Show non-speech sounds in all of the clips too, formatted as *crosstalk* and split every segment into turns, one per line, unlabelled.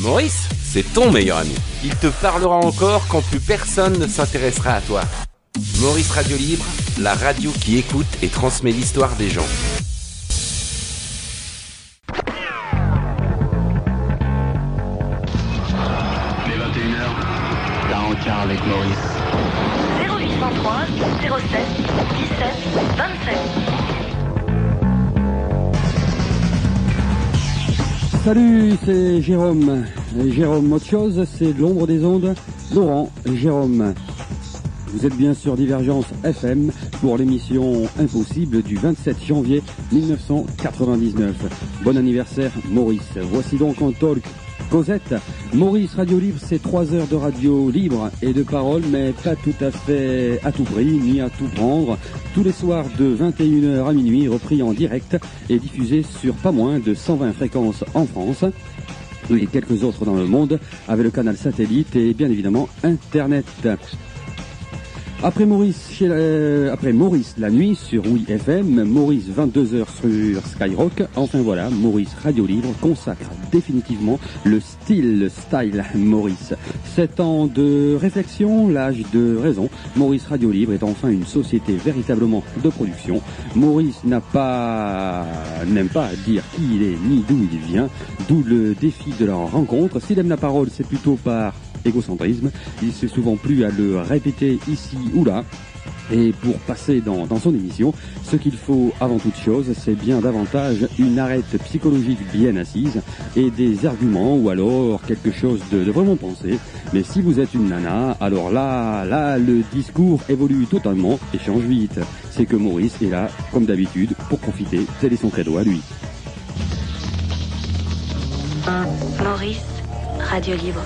Maurice, c'est ton meilleur ami. Il te parlera encore quand plus personne ne s'intéressera à toi. Maurice Radio Libre, la radio qui écoute et transmet l'histoire des gens.
Les 21h, la rencard avec Maurice.
0803 07 17 27.
Salut, c'est Jérôme. Et Jérôme, autre chose, c'est de l'ombre des ondes. Laurent, Jérôme. Vous êtes bien sur Divergence FM pour l'émission Impossible du 27 janvier 1999. Bon anniversaire, Maurice. Voici donc en talk Cosette. Maurice Radio Libre, c'est trois heures de radio libre et de parole, mais pas tout à fait à tout prix, ni à tout prendre. Tous les soirs de 21h à minuit, repris en direct et diffusé sur pas moins de 120 fréquences en France et quelques autres dans le monde, avec le canal satellite et bien évidemment Internet. Après Maurice, chez la- euh, après Maurice la nuit sur Oui FM, Maurice 22h sur Skyrock. Enfin voilà, Maurice Radio Libre consacre définitivement le style, le style Maurice. Sept ans de réflexion, l'âge de raison. Maurice Radio Libre est enfin une société véritablement de production. Maurice n'a pas, n'aime pas dire qui il est ni d'où il vient, d'où le défi de leur rencontre. S'il aime la parole, c'est plutôt par égocentrisme. Il s'est souvent plu à le répéter ici ou là. Et pour passer dans, dans son émission, ce qu'il faut avant toute chose, c'est bien davantage une arête psychologique bien assise et des arguments ou alors quelque chose de, de vraiment pensé. Mais si vous êtes une nana, alors là, là, le discours évolue totalement et change vite. C'est que Maurice est là, comme d'habitude, pour profiter. Tel est son credo à lui.
Maurice, Radio Libre.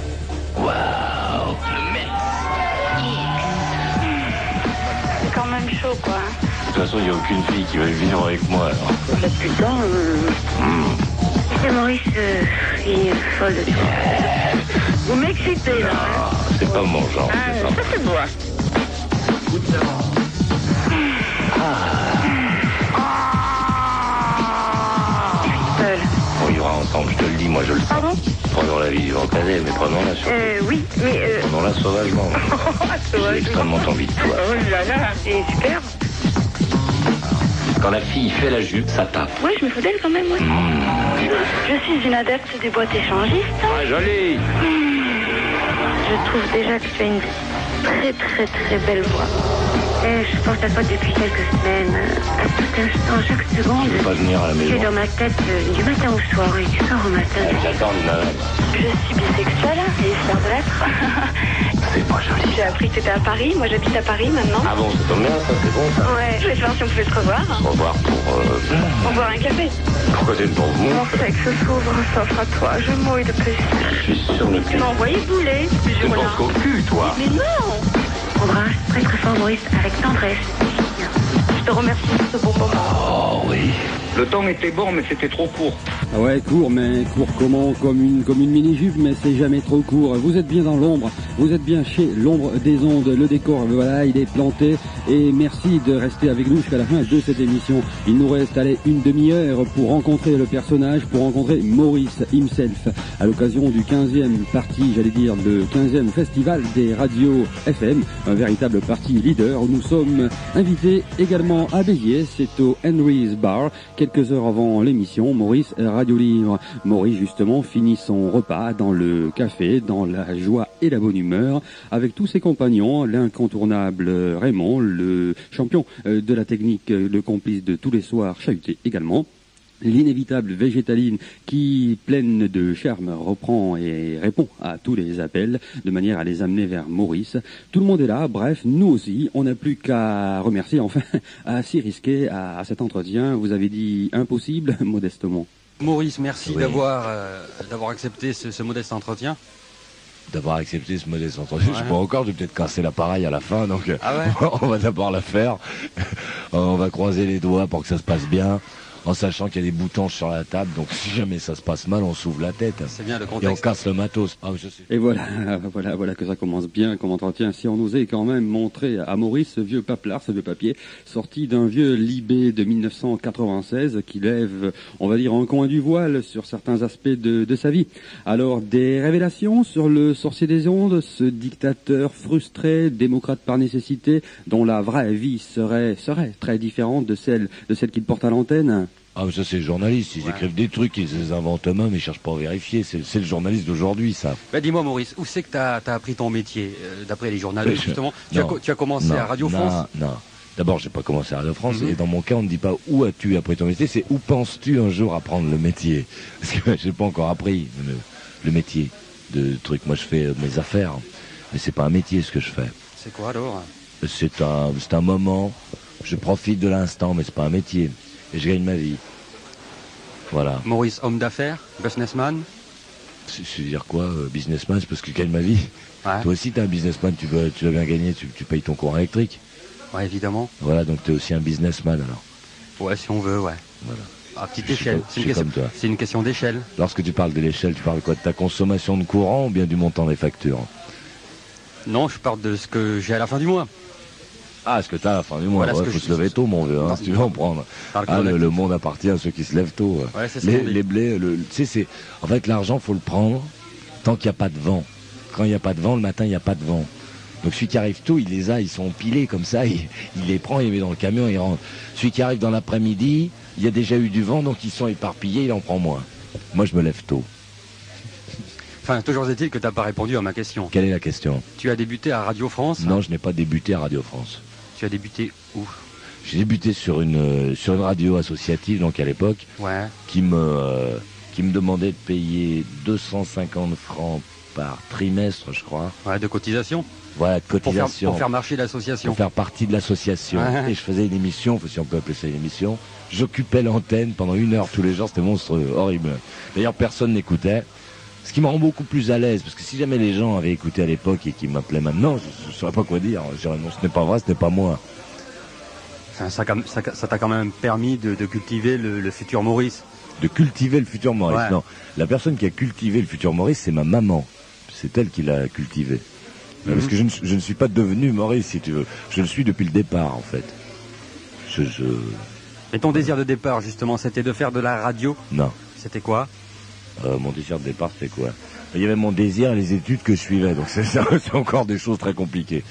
C'est Mmh. quand même chaud, quoi. hein.
De toute façon, il n'y a aucune fille qui veut vivre avec moi. alors. Mmh.
Putain, euh,
C'est Maurice, euh, il est folle de toi.
vous m'excitez, là.
Ah, c'est pas mon genre.
Ah,
c'est ça.
ça fait boire. Seul.
On vivra ensemble, je te le dis, moi je le sens.
Pardon
Prenons la vie vivante, allez, mais prenons-la sur...
Euh, oui, mais... Euh...
Prenons-la sauvagement. J'ai extrêmement envie de toi.
Oh là là, c'est super.
Quand la fille fait la jupe, ça tape.
Ouais, je me fous d'elle quand même, ouais. Je suis une adepte des boîtes échangistes.
Mmh.
Mmh.
Ah, joli
Je trouve déjà que tu as une très très très belle voix. Et je pense à toi depuis quelques semaines. À tout instant, chaque seconde.
Je vais pas venir à la
Tu es
maison.
dans ma tête euh, du matin au soir et du soir au matin.
Elle t'attend, les nanas.
Je suis bisexuelle hein, et fière de l'être.
*laughs* C'est pas joli.
J'ai appris que t'étais à Paris. Moi, j'habite à Paris maintenant.
Ah bon, c'est tombe bien, ça, c'est bon, ça.
Ouais, je vais te voir si on pouvait se revoir. hein.
Au revoir pour... euh,
On boire un café.
Pourquoi c'est pour vous
Mon sexe s'ouvre, s'offre à toi. Je mouille de plaisir.
Je suis sur le
Tu
cul.
m'as envoyé bouler.
Tu
Je
ne penses qu'au cul, toi
Mais non
Embrasse très très fort Maurice avec tendresse.
Je te remercie pour ce bon moment.
Oh oui.
Le temps était bon, mais c'était trop court.
Ah ouais, court, mais court comment Comme une, comme une mini-jupe, mais c'est jamais trop court. Vous êtes bien dans l'ombre, vous êtes bien chez l'ombre des ondes. Le décor, voilà, il est planté. Et merci de rester avec nous jusqu'à la fin de cette émission. Il nous reste, allez, une demi-heure pour rencontrer le personnage, pour rencontrer Maurice himself, à l'occasion du 15e parti, j'allais dire, le 15e festival des radios FM, un véritable parti leader. Nous sommes invités également à Béziers, c'est au Henry's Bar, quelques heures avant l'émission, Maurice Radio Libre. Maurice, justement, finit son repas dans le café, dans la joie et la bonne humeur, avec tous ses compagnons, l'incontournable Raymond, le champion euh, de la technique, euh, le complice de tous les soirs, chahuté également. L'inévitable végétaline qui, pleine de charme, reprend et répond à tous les appels de manière à les amener vers Maurice. Tout le monde est là, bref, nous aussi, on n'a plus qu'à remercier, enfin, à s'y risquer à, à cet entretien. Vous avez dit impossible, *laughs* modestement.
Maurice, merci
Oui.
d'avoir euh, d'avoir accepté ce, ce modeste entretien.
d'avoir accepté ce modeste entretien. Je sais
Ouais.
pas encore, je vais peut-être casser l'appareil à la fin, donc euh, *laughs*
Ah ouais
on va d'abord la faire. Euh, on va croiser les doigts pour que ça se passe bien. en sachant qu'il y a des boutons sur la table, donc si jamais ça se passe mal, on s'ouvre la tête.
C'est bien le
Et on
contexte.
casse le matos. Ah, je sais.
Et voilà, *laughs* voilà, voilà que ça commence bien comme entretien. Si on osait quand même montrer à Maurice ce vieux paplard, ce vieux papier, sorti d'un vieux Libé de 1996 qui lève, on va dire, un coin du voile sur certains aspects de, de sa vie. Alors, des révélations sur le sorcier des ondes, ce dictateur frustré, démocrate par nécessité, dont la vraie vie serait, serait très différente de celle, de celle qu'il porte à l'antenne.
Ah, mais ça, c'est les journalistes. Ils
Ouais.
écrivent des trucs, ils les inventent eux-mêmes, ils cherchent pas à vérifier. C'est c'est le journaliste d'aujourd'hui, ça.
Bah, dis-moi, Maurice, où c'est que t'as as appris ton métier euh, D'après les
*laughs* Je-
journalistes, justement. Tu as,
non.
co- tu as commencé
Non,
à Radio
non,
France
Non. D'abord, j'ai pas commencé à Radio France,
Mhm.
et dans mon cas, on ne dit pas où as-tu appris ton métier, c'est où penses-tu un jour apprendre le métier *laughs* Parce que j'ai pas encore appris le, le métier de truc. Moi, je fais euh, mes affaires, mais c'est pas un métier ce que je fais.
C'est quoi alors
C'est un, c'est un moment. Je profite de l'instant, mais c'est pas un métier. Et je gagne ma vie. Voilà.
Maurice, homme d'affaires Businessman
C'est- C'est dire quoi, euh, businessman C'est parce que je gagne ma vie.
Ouais,
Toi aussi, t'es un businessman, tu veux, tu veux bien gagner, tu, tu payes ton courant électrique.
ouais, évidemment.
Voilà, donc t'es aussi un businessman alors.
Ouais, si on veut, ouais.
Voilà.
À petite
Je suis
échelle.
comme-
C'est une
je suis
question-
comme toi.
C'est une question d'échelle.
Lorsque tu parles de l'échelle, tu parles quoi De ta consommation de courant ou bien du montant des factures
Non, je parle de ce que j'ai à la fin du mois.
Ah, ce que t'as à la fin du mois,
Voilà ce
ouais,
que
faut
je-
se lever tôt, mon vieux, hein,
Non.
si tu veux en prendre.
Par
Ah, le,
contre,
le monde appartient à ceux qui se lèvent tôt.
Ouais, c'est ce
les,
qu'on dit.
les blés, le, tu sais, c'est. En fait, l'argent, faut le prendre tant qu'il n'y a pas de vent. Quand il n'y a pas de vent, le matin, il n'y a pas de vent. Donc celui qui arrive tôt, il les a, ils sont empilés comme ça, *laughs* il, il les prend, il les met dans le camion, il rentre. Celui qui arrive dans l'après-midi, il y a déjà eu du vent, donc ils sont éparpillés, il en prend moins. Moi, je me lève tôt.
Enfin, toujours est-il que t'as pas répondu à ma question.
Quelle est la question
Tu as débuté à Radio France
Non, je n'ai pas débuté à Radio France.
Tu as débuté où
J'ai débuté sur une, euh, sur une radio associative, donc à l'époque,
Ouais.
qui me, euh, qui me demandait de payer 250 francs par trimestre, je crois.
Ouais, de cotisation.
Voilà, de
Pour faire,
cotisation.
pour faire marcher l'association.
pour faire partie de l'association.
Ouais.
Et je faisais une émission, si on peut appeler ça une émission. J'occupais l'antenne pendant une heure tous les jours, c'était monstrueux, horrible. D'ailleurs, personne n'écoutait. Ce qui me rend beaucoup plus à l'aise, parce que si jamais les gens avaient écouté à l'époque et qu'ils m'appelaient maintenant, je ne saurais pas quoi dire. Je dirais non, ce n'est pas vrai, ce n'est pas moi.
Enfin, ça quand- ça- ça t'a quand même permis de, de cultiver le, le futur Maurice.
de cultiver le futur Maurice.
Ouais.
Non, la personne qui a cultivé le futur Maurice, c'est ma maman. C'est elle qui l'a cultivé. Euh, Parce que je ne, je ne suis pas devenu Maurice, si tu veux. Je le suis depuis le départ, en fait. Je, je...
Et ton désir de départ, justement, c'était de faire de la radio.
Non.
C'était quoi
Euh, mon désir de départ, c'était quoi Il y avait mon désir et les études que je suivais. Donc c'est ça, *laughs* c'est encore des choses très compliquées.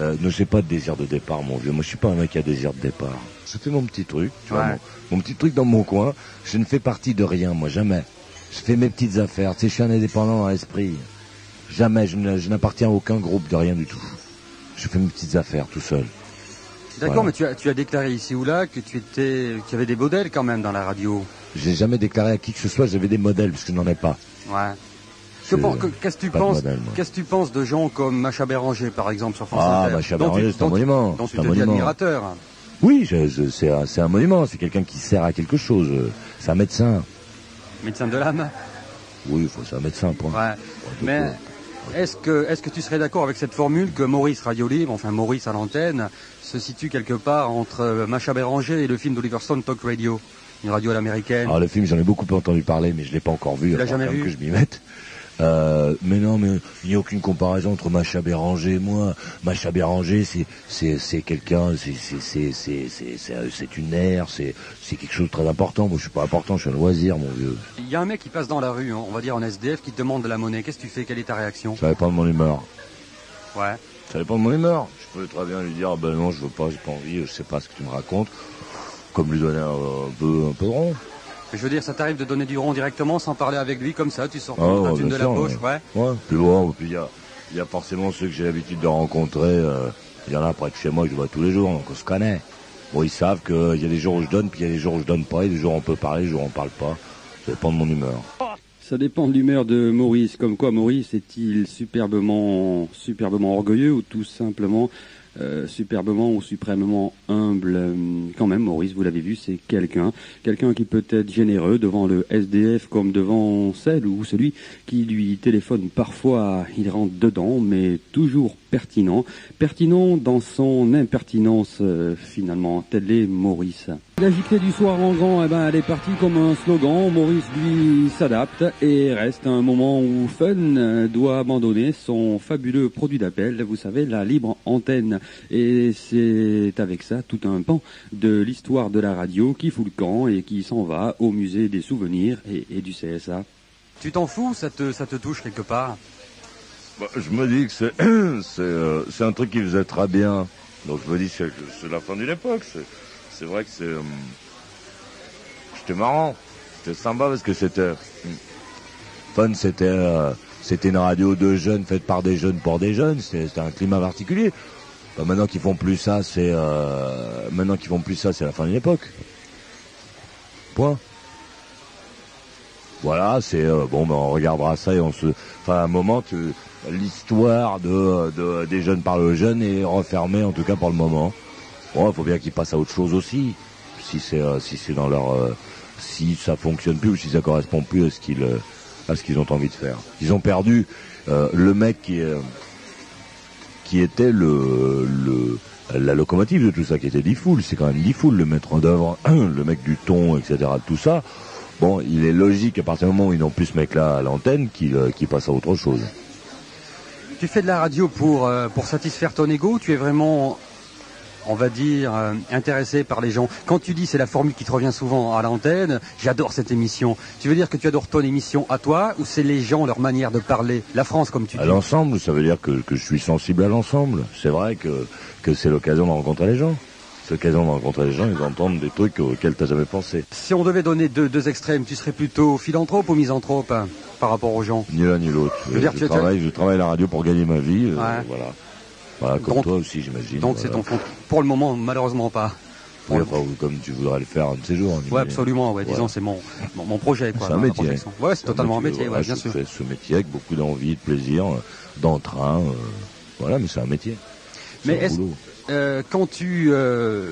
Euh, ne j'ai pas de désir de départ, mon vieux. Moi, je suis pas un mec qui a désir de départ. C'était mon petit truc, tu vois,
Ouais.
mon, mon petit truc dans mon coin. Je ne fais partie de rien, moi, jamais. Je fais mes petites affaires. Tu sais, je suis un indépendant dans l'esprit. Jamais, je ne- je n'appartiens à aucun groupe de rien du tout. Je fais mes petites affaires tout seul.
D'accord,
Voilà.
mais tu as, tu as déclaré ici ou là que tu étais, qu'il y avait des modèles quand même dans la radio.
J'ai jamais déclaré à qui que ce soit, j'avais des modèles, parce que je n'en ai pas. Euh,
Ouais. Que
C'est-
pen- que- Qu'est-ce que tu
pas de
penses
modèle, moi.
Qu'est-ce que tu penses de gens comme Macha Béranger, par exemple, sur France
Ah,
Inter
bah, Chabert,
dont tu-
c'est un
dont tu-
monument.
dont tu
c'est un
te dis
monument.
admirateur.
Oui, je- je- c'est un, c'est un monument, c'est quelqu'un qui sert à quelque chose. euh, C'est un médecin.
Médecin de l'âme.
Oui, faut- c'est un médecin, point.
Ouais. Mais est-ce que, est-ce que tu serais d'accord avec cette formule que Maurice Radio Libre, enfin Maurice à l'antenne, se situe quelque part entre euh, Macha Béranger et le film d'Oliver Stone Talk Radio, une radio à l'américaine
Alors Ah, le film, j'en ai beaucoup entendu parler, mais je l'ai pas encore vu.
Tu l'as
alors,
jamais
quand même
vu
que je m'y mette. Euh, mais non, mais il n'y a aucune comparaison entre Macha Béranger et moi. Macha Béranger, c'est c'est c'est quelqu'un, c'est c'est c'est c'est c'est c'est- c'est une ère, c'est c'est quelque chose de très important. Moi, je suis pas important, je suis un loisir, mon vieux.
Il y a un mec qui passe dans la rue, hein, on va dire en SDF, qui te demande de la monnaie. Qu'est-ce que tu fais Quelle est ta réaction
Ça dépend de mon humeur.
Ouais.
Ça dépend de mon humeur. Je peux très bien lui dire, Ah ben non, je veux pas, j'ai pas envie, je sais pas ce que tu me racontes. Comme lui donner un, un peu un peu de rond.
Mais je veux dire, ça t'arrive de donner du rond directement sans parler avec lui comme ça, tu sors
Ah,
ton
ouais,
thune de
bien
la
sûr,
poche, ouais.
Ouais, plus loin, puis il y a, il y a forcément ceux que j'ai l'habitude de rencontrer. euh, Il y en a près de chez moi que je vois tous les jours, donc on se connaît. Bon, ils savent qu'il y a des jours où je donne, puis il y a des jours où je donne pas, et des jours où on peut parler, des jours où on parle pas. Ça dépend de mon humeur.
Ça dépend de l'humeur de Maurice. Comme quoi, Maurice est-il superbement, superbement orgueilleux ou tout simplement euh, superbement ou suprêmement humble Hum, Quand même, Maurice, vous l'avez vu, c'est quelqu'un, quelqu'un qui peut être généreux devant le SDF comme devant celle ou celui qui lui téléphone. Parfois, il rentre dedans, mais toujours pertinent, pertinent dans son impertinence euh, finalement. Tel est Maurice. La giclée du soir en grand, eh ben, elle est partie comme un slogan. Maurice, lui, s'adapte et reste un moment où Fun euh, doit abandonner son fabuleux produit d'appel, vous savez, la libre antenne. Et c'est avec ça tout un pan de l'histoire de la radio qui fout le camp et qui s'en va au musée des souvenirs et, et du CSA.
Tu t'en fous ou ça te, ça te touche quelque part
Bah, je me dis que
*clears throat*
c'est- c'est euh, c'est un truc qui faisait très bien. Donc je me dis c'est c'est la fin d'une époque. C'est- C'est vrai que c'est euh, c'était marrant, c'était sympa parce que c'était mm,
hmm, Fun, c'était euh, c'était une radio de jeunes faite par des jeunes pour des jeunes. C'était c'était un climat particulier. Bah, maintenant qu'ils font plus ça, c'est euh, maintenant qu'ils font plus ça, c'est la fin de l'époque. Point. Voilà, c'est euh, bon, ben on regardera ça et on se. Enfin, à un moment, tu- l'histoire de, de- des jeunes par le jeune est refermée en tout cas pour le moment. Bon, faut bien qu'ils passent à autre chose aussi, si c'est euh, si c'est dans leur euh, si ça fonctionne plus ou si ça correspond plus à ce qu'ils euh, à ce qu'ils ont envie de faire. Ils ont perdu euh, le mec qui euh, qui était le, le la locomotive de tout ça, qui était Diffoul. C'est quand même Diffoul le maître d'œuvre, *clears throat* le mec du ton, etc. Tout ça. Bon, il est logique à partir du moment où ils n'ont plus ce mec-là à l'antenne, qu'il euh, qu'il passe à autre chose.
Tu fais de la radio pour, euh, pour satisfaire ton ego ou Tu es vraiment, on va dire, euh, intéressé par les gens Quand tu dis, c'est la formule qui te revient souvent à l'antenne, j'adore cette émission. Tu veux dire que tu adores ton émission à toi ou c'est les gens, leur manière de parler La France, comme tu
À
dis.
l'ensemble, ça veut dire que, que je suis sensible à l'ensemble. C'est vrai que, que c'est l'occasion de rencontrer les gens. C'est l'occasion de rencontrer les gens, ils entendent des trucs auxquels t'as jamais pensé.
Si on devait donner deux, deux extrêmes, tu serais plutôt philanthrope ou misanthrope hein, par rapport aux gens
Ni l'un ni l'autre.
veux dire,
Je,
tu- tu-
travaille, je travaille à la radio pour gagner ma vie. euh,
Ouais.
Voilà. Voilà, comme
Donc-
toi aussi, j'imagine.
Donc c'est ton fond. Pour le moment, malheureusement pas.
Voilà. Enfin, ou comme tu voudras le faire un de ces jours. on
Ouais,
imagine.
absolument. Ouais,
Voilà.
disons, c'est mon, mon, mon projet. quoi,
C'est un
ma
métier.
projection. Ouais, c'est totalement un métier,
voilà,
ouais, bien
je
sûr.
fais ce métier avec beaucoup d'envie, de plaisir, euh, d'entrain. euh, voilà, mais c'est un métier. C'est
Mais
un
est-ce-
boulot.
Euh, quand tu, euh,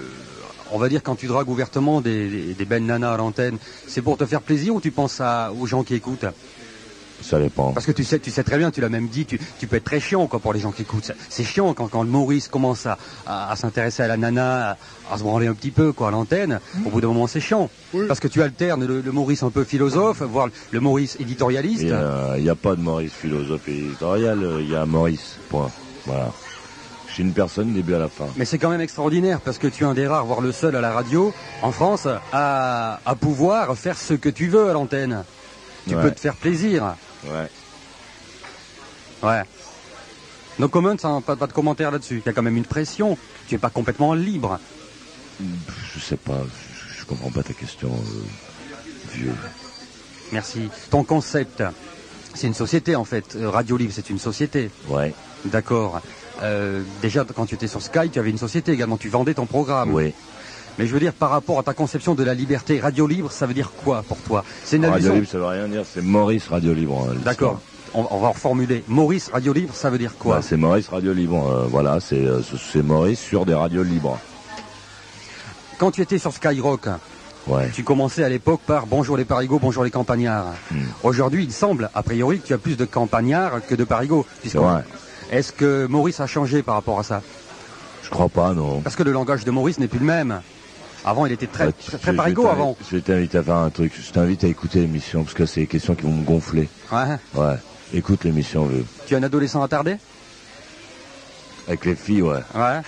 on va dire, quand tu dragues ouvertement des, des, des belles nanas à l'antenne, c'est pour te faire plaisir ou tu penses à, aux gens qui écoutent
Ça dépend.
Parce que tu sais, tu sais très bien, tu l'as même dit, tu, tu peux être très chiant quoi, pour les gens qui écoutent. C'est- C'est chiant quand, quand le Maurice commence à, à, à s'intéresser à la nana, à, à se branler un petit peu quoi, à l'antenne. Au bout d'un moment, c'est chiant. Parce que tu alternes le, le Maurice un peu philosophe, voire le Maurice éditorialiste.
Il n'y a, il euh, y a pas de Maurice philosophe et éditorial, euh, il y a Maurice, point. Voilà. Je suis une personne du début à la fin.
Mais c'est quand même extraordinaire parce que tu es un des rares, voire le seul à la radio en France à, à pouvoir faire ce que tu veux à l'antenne. Tu
Ouais.
peux te faire plaisir.
Ouais.
Ouais. No comment, hein, pas, pas de commentaire là-dessus. Il y a quand même une pression. Tu es pas complètement libre.
Je sais pas, je, je comprends pas ta question, euh, vieux.
Merci. Ton concept, c'est une société en fait. Euh, Radio Libre, c'est une société.
Ouais,
D'accord. Euh, déjà, quand tu étais sur Sky, tu avais une société également. Tu vendais ton programme.
ouais.
Mais je veux dire, par rapport à ta conception de la liberté, Radio Libre, ça veut dire quoi pour toi C'est une
Radio
allusion-
Libre, ça veut rien dire, c'est Maurice Radio Libre. hein,
D'accord. On, on va reformuler. Maurice, Radio Libre, ça veut dire quoi
Bah, c'est Maurice Radio Libre, euh, voilà, c'est euh, c'est- c'est Maurice sur des radios libres.
Quand tu étais sur Skyrock,
Ouais.
tu commençais à l'époque par Bonjour les Parigots, bonjour les campagnards.
Hmm.
Aujourd'hui, il semble, a priori, que tu as plus de campagnards que de Parigots.
C'est
puisqu'on-
vrai.
Est-ce que Maurice a changé par rapport à ça
Je crois pas, non.
Parce que le langage de Maurice n'est plus le même. Avant, il était très,
Bah, tu-
très,
je-
très
je
Parigot
t'invite-
avant.
Je t'invite à faire un truc. Je t'invite à écouter l'émission parce que c'est des questions qui vont me gonfler.
Ouais.
Ouais. Écoute l'émission, vieux.
Tu es un adolescent attardé
Avec les filles, ouais.
Ouais.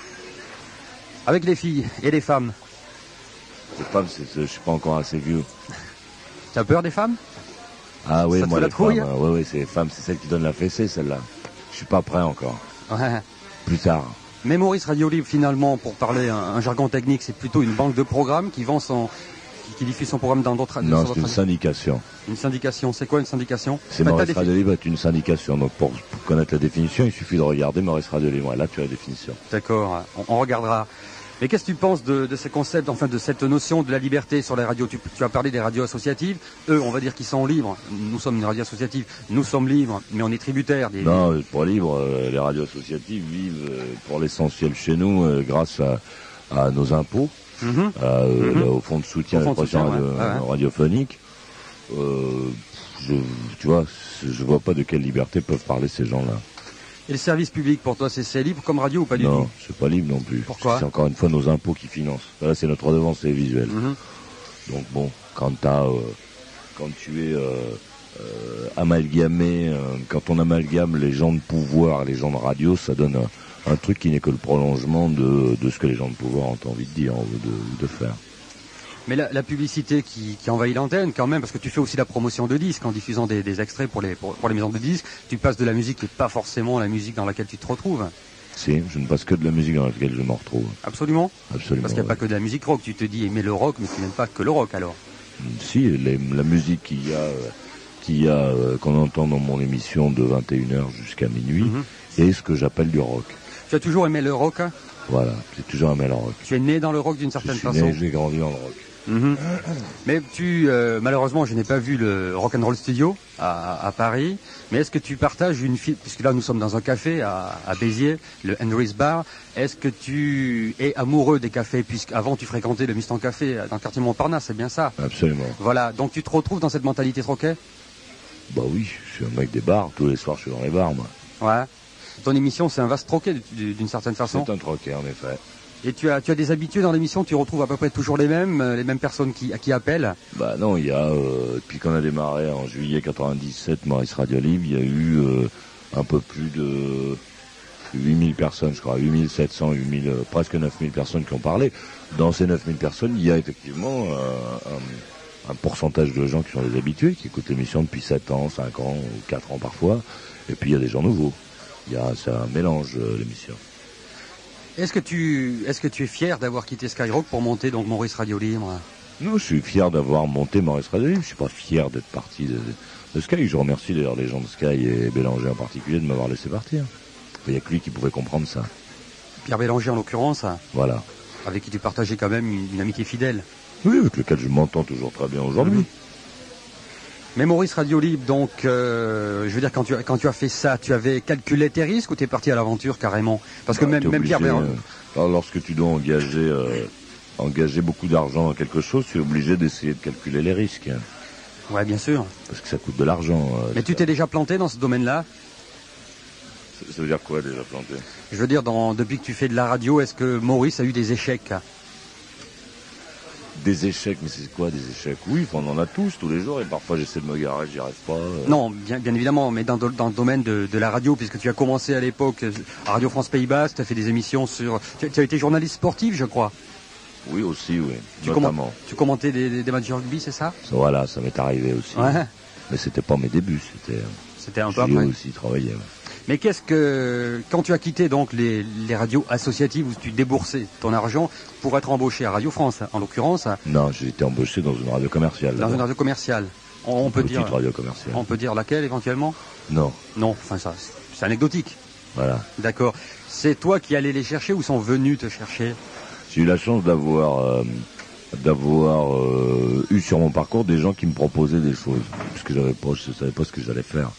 Avec les filles et les femmes.
Les femmes, c'est- c'est- je suis pas encore assez vieux.
Tu as peur des femmes
Ah oui,
Ça te
moi
fait la
les femmes.
trouille
euh, ouais, ouais, c'est les femmes, c'est celles qui donnent la fessée, celle-là. Je suis pas prêt encore.
Ouais.
Plus tard.
Mais Maurice Radio Libre, finalement, pour parler un, un jargon technique, c'est plutôt une banque de programmes qui vend son, qui, qui diffuse son programme dans d'autres. sur
Non, c'est
votre-
une syndication.
une syndication. C'est quoi une syndication
C'est
Bah, t'as
Maurice
des-
Radio Libre est une syndication. Donc pour, pour connaître la définition, il suffit de regarder Maurice Radio Libre. Et là, tu as la définition.
D'accord, on, on regardera. Mais qu'est-ce que tu penses de, de ce concept, enfin de cette notion de la liberté sur les radios tu, tu as parlé des radios associatives. Eux, on va dire qu'ils sont libres. Nous sommes une radio associative, nous sommes libres, mais on est tributaires des.
Non, euh, pour libre, euh, les radios associatives vivent euh, pour l'essentiel chez nous euh, grâce à, à nos impôts,
Mhm.
à, euh,
Mhm.
là, au fonds de soutien
Au
à
fonds de
l'expression
soutien,
radio-
ouais. Ah ouais.
radiophonique. Euh, je, tu vois, je vois pas de quelle liberté peuvent parler ces gens-là.
Et le service public, pour toi, c'est- c'est libre comme radio ou pas du
Non,
tout
c'est pas libre non plus.
Pourquoi
Parce que C'est encore une fois nos impôts qui financent. Là, c'est notre redevance c'est visuel.
Mhm.
Donc bon, quand t'as, euh, quand tu es euh, euh, amalgamé, euh, quand on amalgame les gens de pouvoir, les gens de radio, ça donne un, un truc qui n'est que le prolongement de, de ce que les gens de pouvoir ont envie de dire ou de, ou de faire.
Mais la, la publicité qui, qui envahit l'antenne, quand même, parce que tu fais aussi la promotion de disques en diffusant des, des extraits pour les, pour, pour les maisons de disques, tu passes de la musique qui n'est pas forcément la musique dans laquelle tu te retrouves.
Si, je ne passe que de la musique dans laquelle je me retrouve.
Absolument.
Absolument.
Parce qu'il n'y a pas que de la musique rock. Tu te dis, mais le rock, mais tu n'aimes pas que le rock alors.
Si, les- la musique qu'il y a, euh, qu'il y a, euh, qu'on entend dans mon émission de 21h jusqu'à minuit,
Mhm.
est ce que j'appelle du rock.
Tu as toujours aimé le rock, hein
Voilà, j'ai toujours aimé le rock.
tu es né dans le rock d'une
Je
certaine
suis
façon.
né, j'ai grandi dans le rock.
Mhm. Mais tu, euh, malheureusement, je n'ai pas vu le Rock and Roll Studio à, à Paris. Mais est-ce que tu partages une fille, puisque là nous sommes dans un café à, à Béziers, le Henry's Bar. Est-ce que tu es amoureux des cafés, puisqu'avant tu fréquentais le Mustang Café euh, dans le quartier Montparnasse, c'est bien ça
Absolument.
Voilà. Donc tu te retrouves dans cette mentalité troquet
Bah oui, je suis un mec des bars. Tous les soirs, je suis dans les bars, moi.
Ouais. Ton émission, c'est un vaste troquet du- du- d'une certaine façon.
C'est un troquet, en effet.
Et tu as, tu as des habitués dans l'émission, tu retrouves à peu près toujours les mêmes, euh, les mêmes personnes qui, à qui appellent.
Bah non, il y a, euh, depuis qu'on a démarré en juillet 97, Maurice Radio Libre, il y a eu euh, un peu plus de 8000 personnes, je crois, 8700, 8000, euh, presque 9000 personnes qui ont parlé. Dans ces 9000 personnes, il y a effectivement euh, un, un pourcentage de gens qui sont des habitués, qui écoutent l'émission depuis 7 ans, 5 ans, ou 4 ans parfois, et puis il y a des gens nouveaux. Il y a, c'est un mélange, euh, l'émission.
Est-ce que tu, est-ce que tu es fier d'avoir quitté Skyrock pour monter donc Maurice Radio Libre
Non, je suis fier d'avoir monté Maurice Radio Libre. Je suis pas fier d'être parti de, de Sky. Je remercie d'ailleurs les gens de Sky et Bélanger en particulier de m'avoir laissé partir. Il n'y a que lui qui pouvait comprendre ça.
Pierre Bélanger en l'occurrence,
Voilà.
avec qui tu partageais quand même une, une amitié fidèle.
Oui, avec lequel je m'entends toujours très bien
Mhm.
aujourd'hui.
Mais Maurice Radio Libre, donc, euh, je veux dire, quand tu, as- quand tu as fait ça, tu avais calculé tes risques ou t'es parti à l'aventure carrément Parce que
Bah,
même,
t'es
même
obligé,
Pierre Bélanger...
euh, alors, lorsque tu dois engager, euh, engager beaucoup d'argent dans quelque chose, tu es obligé d'essayer de calculer les risques. hein,
Ouais, bien sûr.
parce que ça coûte de l'argent. euh,
Mais tu
ça.
t'es déjà planté dans ce domaine-là
Ça- Ça veut dire quoi déjà planté
Je veux dire, dans, depuis que tu fais de la radio, est-ce que Maurice a eu des échecs
Des échecs, mais c'est quoi des échecs Oui, on en a tous, tous les jours, et parfois j'essaie de me garer, j'y arrive pas. euh.
Non, bien, bien évidemment, mais dans, dans le domaine de, de la radio, puisque tu as commencé à l'époque euh, à Radio France Pays Basque, tu as fait des émissions sur... Tu, tu as été journaliste sportif, je crois.
Oui, aussi, oui.
Tu
Notamment.
Tu commentais des, des- des matchs de rugby, c'est ça
Ça, Voilà, ça m'est arrivé aussi.
Ouais.
Mais c'était pas mes débuts, c'était.
C'était un peu
J'ai
après.
aussi travaillé. ouais.
Mais qu'est-ce que quand tu as quitté donc les, les radios associatives où tu déboursais ton argent pour être embauché à Radio France, en l'occurrence,
Non, j'ai été embauché dans une radio commerciale.
dans
d'abord.
une radio commerciale, on, on peut
Petite
dire,
radio commerciale.
on peut dire laquelle éventuellement
Non,
Non, enfin ça, c'est- c'est anecdotique.
voilà.
D'accord. C'est toi qui allais les chercher ou sont venus te chercher
J'ai eu la chance d'avoir euh, d'avoir euh, eu sur mon parcours des gens qui me proposaient des choses parce que j'avais pas, je savais pas ce que j'allais faire.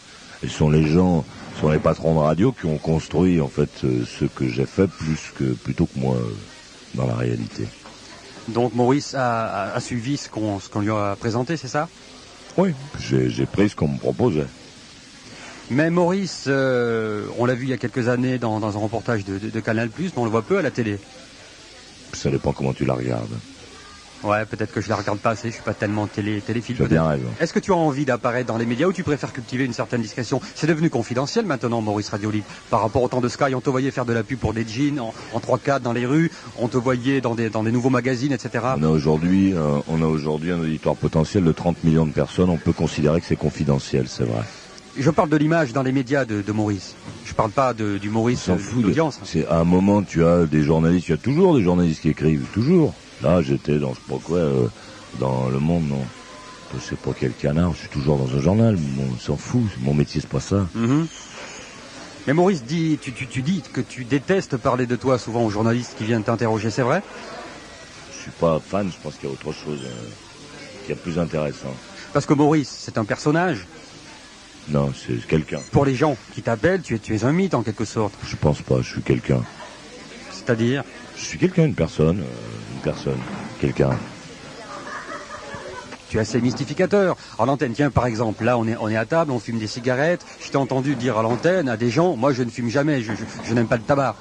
Et ce sont les gens, ce sont les patrons de radio qui ont construit en fait euh, ce que j'ai fait plus que plutôt que moi euh, dans la réalité.
Donc Maurice a, a- a suivi ce qu'on ce qu'on lui a présenté, c'est ça
Oui. J'ai j'ai pris ce qu'on me proposait.
Mais Maurice, euh, on l'a vu il y a quelques années dans, dans un reportage de, de- de Canal+, mais on le voit peu à la télé.
Ça dépend comment tu la regardes.
Ouais, peut-être que je la regarde pas assez, je suis pas tellement télé téléphile.
Tu as
peut-être.
bien raison.
Est-ce que tu as envie d'apparaître dans les médias ou tu préfères cultiver une certaine discrétion C'est devenu confidentiel maintenant, Maurice Radioli. Par rapport au temps de Sky, on te voyait faire de la pub pour des jeans en, en 3-4 dans les rues, on te voyait dans des, dans des nouveaux magazines, etc.
On a aujourd'hui, euh, on a aujourd'hui un auditoire potentiel de 30 millions de personnes. On peut considérer que c'est confidentiel, c'est vrai.
Je parle de l'image dans les médias de, de Maurice. Je parle pas de, du
On
Maurice
s'en
euh,
fout. de-
d'audience.
C'est à un moment, tu as des journalistes, il y a toujours des journalistes qui écrivent, toujours. Là, j'étais dans je sais pas quoi, euh, dans Le Monde, non. Je sais pas quel canard. Je suis toujours dans un journal. mais bon, on s'en fout. Mon métier, c'est pas ça.
Mhm. Mais Maurice, dit, tu, tu, tu dis que tu détestes parler de toi souvent aux journalistes qui viennent t'interroger, c'est vrai
Je suis pas fan. Je pense qu'il y a autre chose euh, qui est plus intéressant.
Parce que Maurice, c'est un personnage.
Non, c'est quelqu'un.
Pour les gens qui t'appellent, tu es, tu es un mythe en quelque sorte.
Je pense pas. Je suis quelqu'un.
C'est-à-dire
Je suis quelqu'un, une personne, euh, une personne, quelqu'un.
Tu es assez mystificateur. À l'antenne, tiens, par exemple, là, on est, on est à table, on fume des cigarettes. Je t'ai entendu dire à l'antenne à des gens, moi, je ne fume jamais, je, je- je n'aime pas le tabac.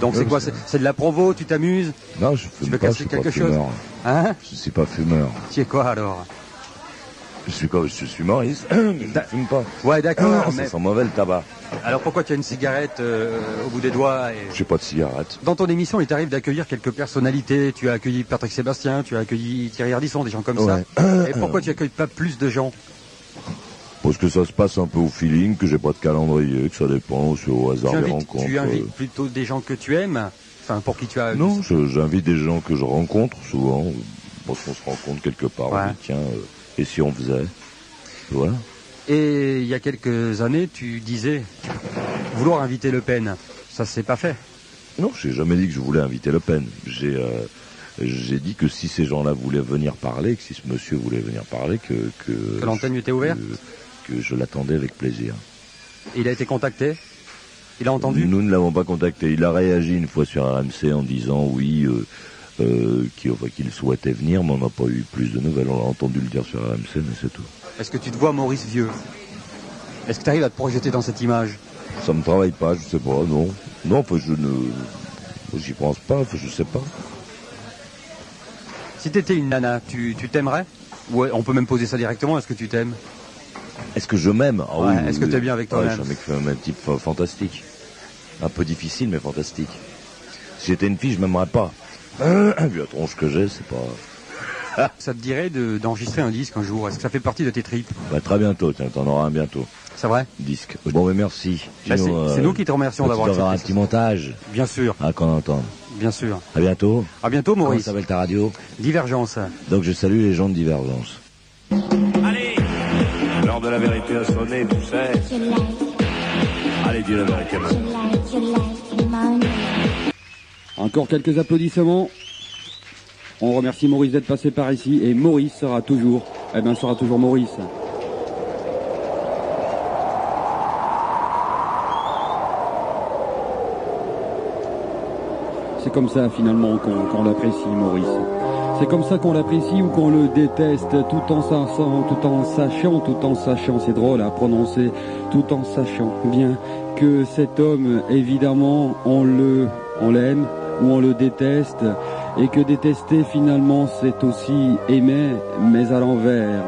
Donc,
Euh,
c'est quoi C'est c'est de la provo, tu t'amuses
Non, je fume
veux
pas, je
casser
suis pas
quelque chose
fumeur.
Hein
Je suis pas fumeur.
Tu es quoi alors
Je suis quoi Je suis humoriste, mais je ne fume pas. Ah,
Ouais, d'accord,
Euh, Ça
mais
sent mauvais le tabac.
alors pourquoi tu as une cigarette euh, au bout des doigts et-
J'ai pas de cigarette.
Dans ton émission, il t'arrive d'accueillir quelques personnalités. Tu as accueilli Patrick Sébastien, tu as accueilli Thierry Ardisson, des gens comme ça.
*coughs*
Et pourquoi tu accueilles pas plus de gens
Parce que ça se passe un peu au feeling, que j'ai pas de calendrier, que ça dépend, c'est au
tu
hasard des
invites,
rencontres.
tu invites plutôt des gens que tu aimes, enfin pour qui tu as.
Euh, Non, je- j'invite des gens que je rencontre souvent, euh, parce qu'on se rencontre quelque part,
Ouais.
on dit tiens, euh, et si on faisait Voilà.
Et il y a quelques années, tu disais vouloir inviter Le Pen. Ça s'est pas fait.
Non, j'ai jamais dit que je voulais inviter Le Pen. J'ai euh, j'ai dit que si ces gens-là voulaient venir parler, que si ce monsieur voulait venir parler, que... Que,
Que l'antenne
euh,
lui était ouverte
que, que je l'attendais avec plaisir.
Il a été contacté. Il a entendu.
Nous ne l'avons pas contacté. Il a réagi une fois sur RMC en disant oui, euh, euh, qu'il enfin, qu'il souhaitait venir, mais on n'a pas eu plus de nouvelles. On l'a entendu le dire sur RMC, mais c'est tout.
Est-ce que tu te vois Maurice Vieux Est-ce que tu arrives à te projeter dans cette image
Ça me travaille pas, je sais pas, non. Non, enfin, je ne. J'y pense pas, enfin, je sais pas.
Si t'étais une nana, tu tu t'aimerais Ouais, on peut même poser ça directement. Est-ce que tu t'aimes
Est-ce que je m'aime Ah
Ouais,
oui,
est-ce
oui,
que t'es
oui.
bien avec
Ouais,
toi-même
Je suis un mec, un type euh, fantastique. Un peu difficile, mais fantastique. Si j'étais une fille, je m'aimerais pas. *clears throat* Vu la tronche que j'ai, c'est pas.
Ça te dirait de- d'enregistrer un disque un jour Est-ce que ça fait partie de tes tripes
Bah, très bientôt, tiens, t'en auras un bientôt.
C'est vrai
Disque. Bon, mais merci.
Bah, C'est
Sinon,
c'est
euh,
nous qui te remercions
Tu
d'avoir
dois avoir un petit
accepté.
montage
Bien sûr,
à qu'on entende.
bien sûr.
À bientôt.
À bientôt,
Comment
Maurice.
s'appelle ta radio
Divergence.
Donc je salue les gens de Divergence.
L'heure de la vérité a sonné, tu sais. Allez, dis la vérité maintenant.
Encore quelques applaudissements. On remercie Maurice d'être passé par ici et Maurice sera toujours, eh ben sera toujours Maurice. C'est comme ça finalement qu'on qu'on l'apprécie Maurice. C'est comme ça qu'on l'apprécie ou qu'on le déteste tout en sachant, tout en sachant, tout en sachant, c'est drôle à prononcer, tout en sachant bien que cet homme évidemment on le on l'aime ou on le déteste et que détester finalement c'est aussi aimer mais à l'envers.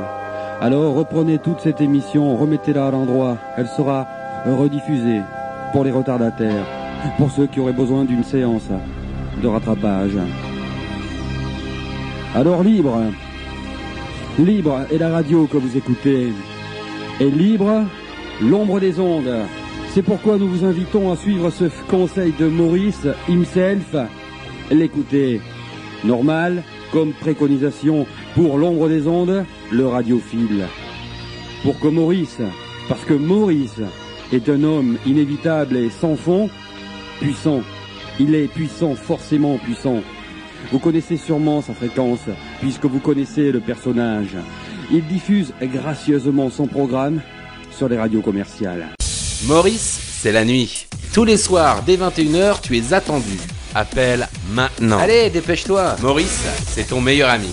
Alors reprenez toute cette émission, remettez-la à l'endroit, elle sera rediffusée pour les retardataires, pour ceux qui auraient besoin d'une séance de rattrapage. Alors libre, libre est la radio que vous écoutez, et libre l'ombre des ondes. C'est pourquoi nous vous invitons à suivre ce f- conseil de Maurice himself, l'écouter. Normal, comme préconisation pour l'ombre des ondes, le radiophile. Pour que Maurice, parce que Maurice est un homme inévitable et sans fond, puissant. Il est puissant, forcément puissant. Vous connaissez sûrement sa fréquence, puisque vous connaissez le personnage. Il diffuse gracieusement son programme sur les radios commerciales.
Maurice, c'est la nuit. Tous les soirs, dès 21h, tu es attendu. Appelle maintenant. Allez, dépêche-toi. Maurice, c'est ton meilleur ami.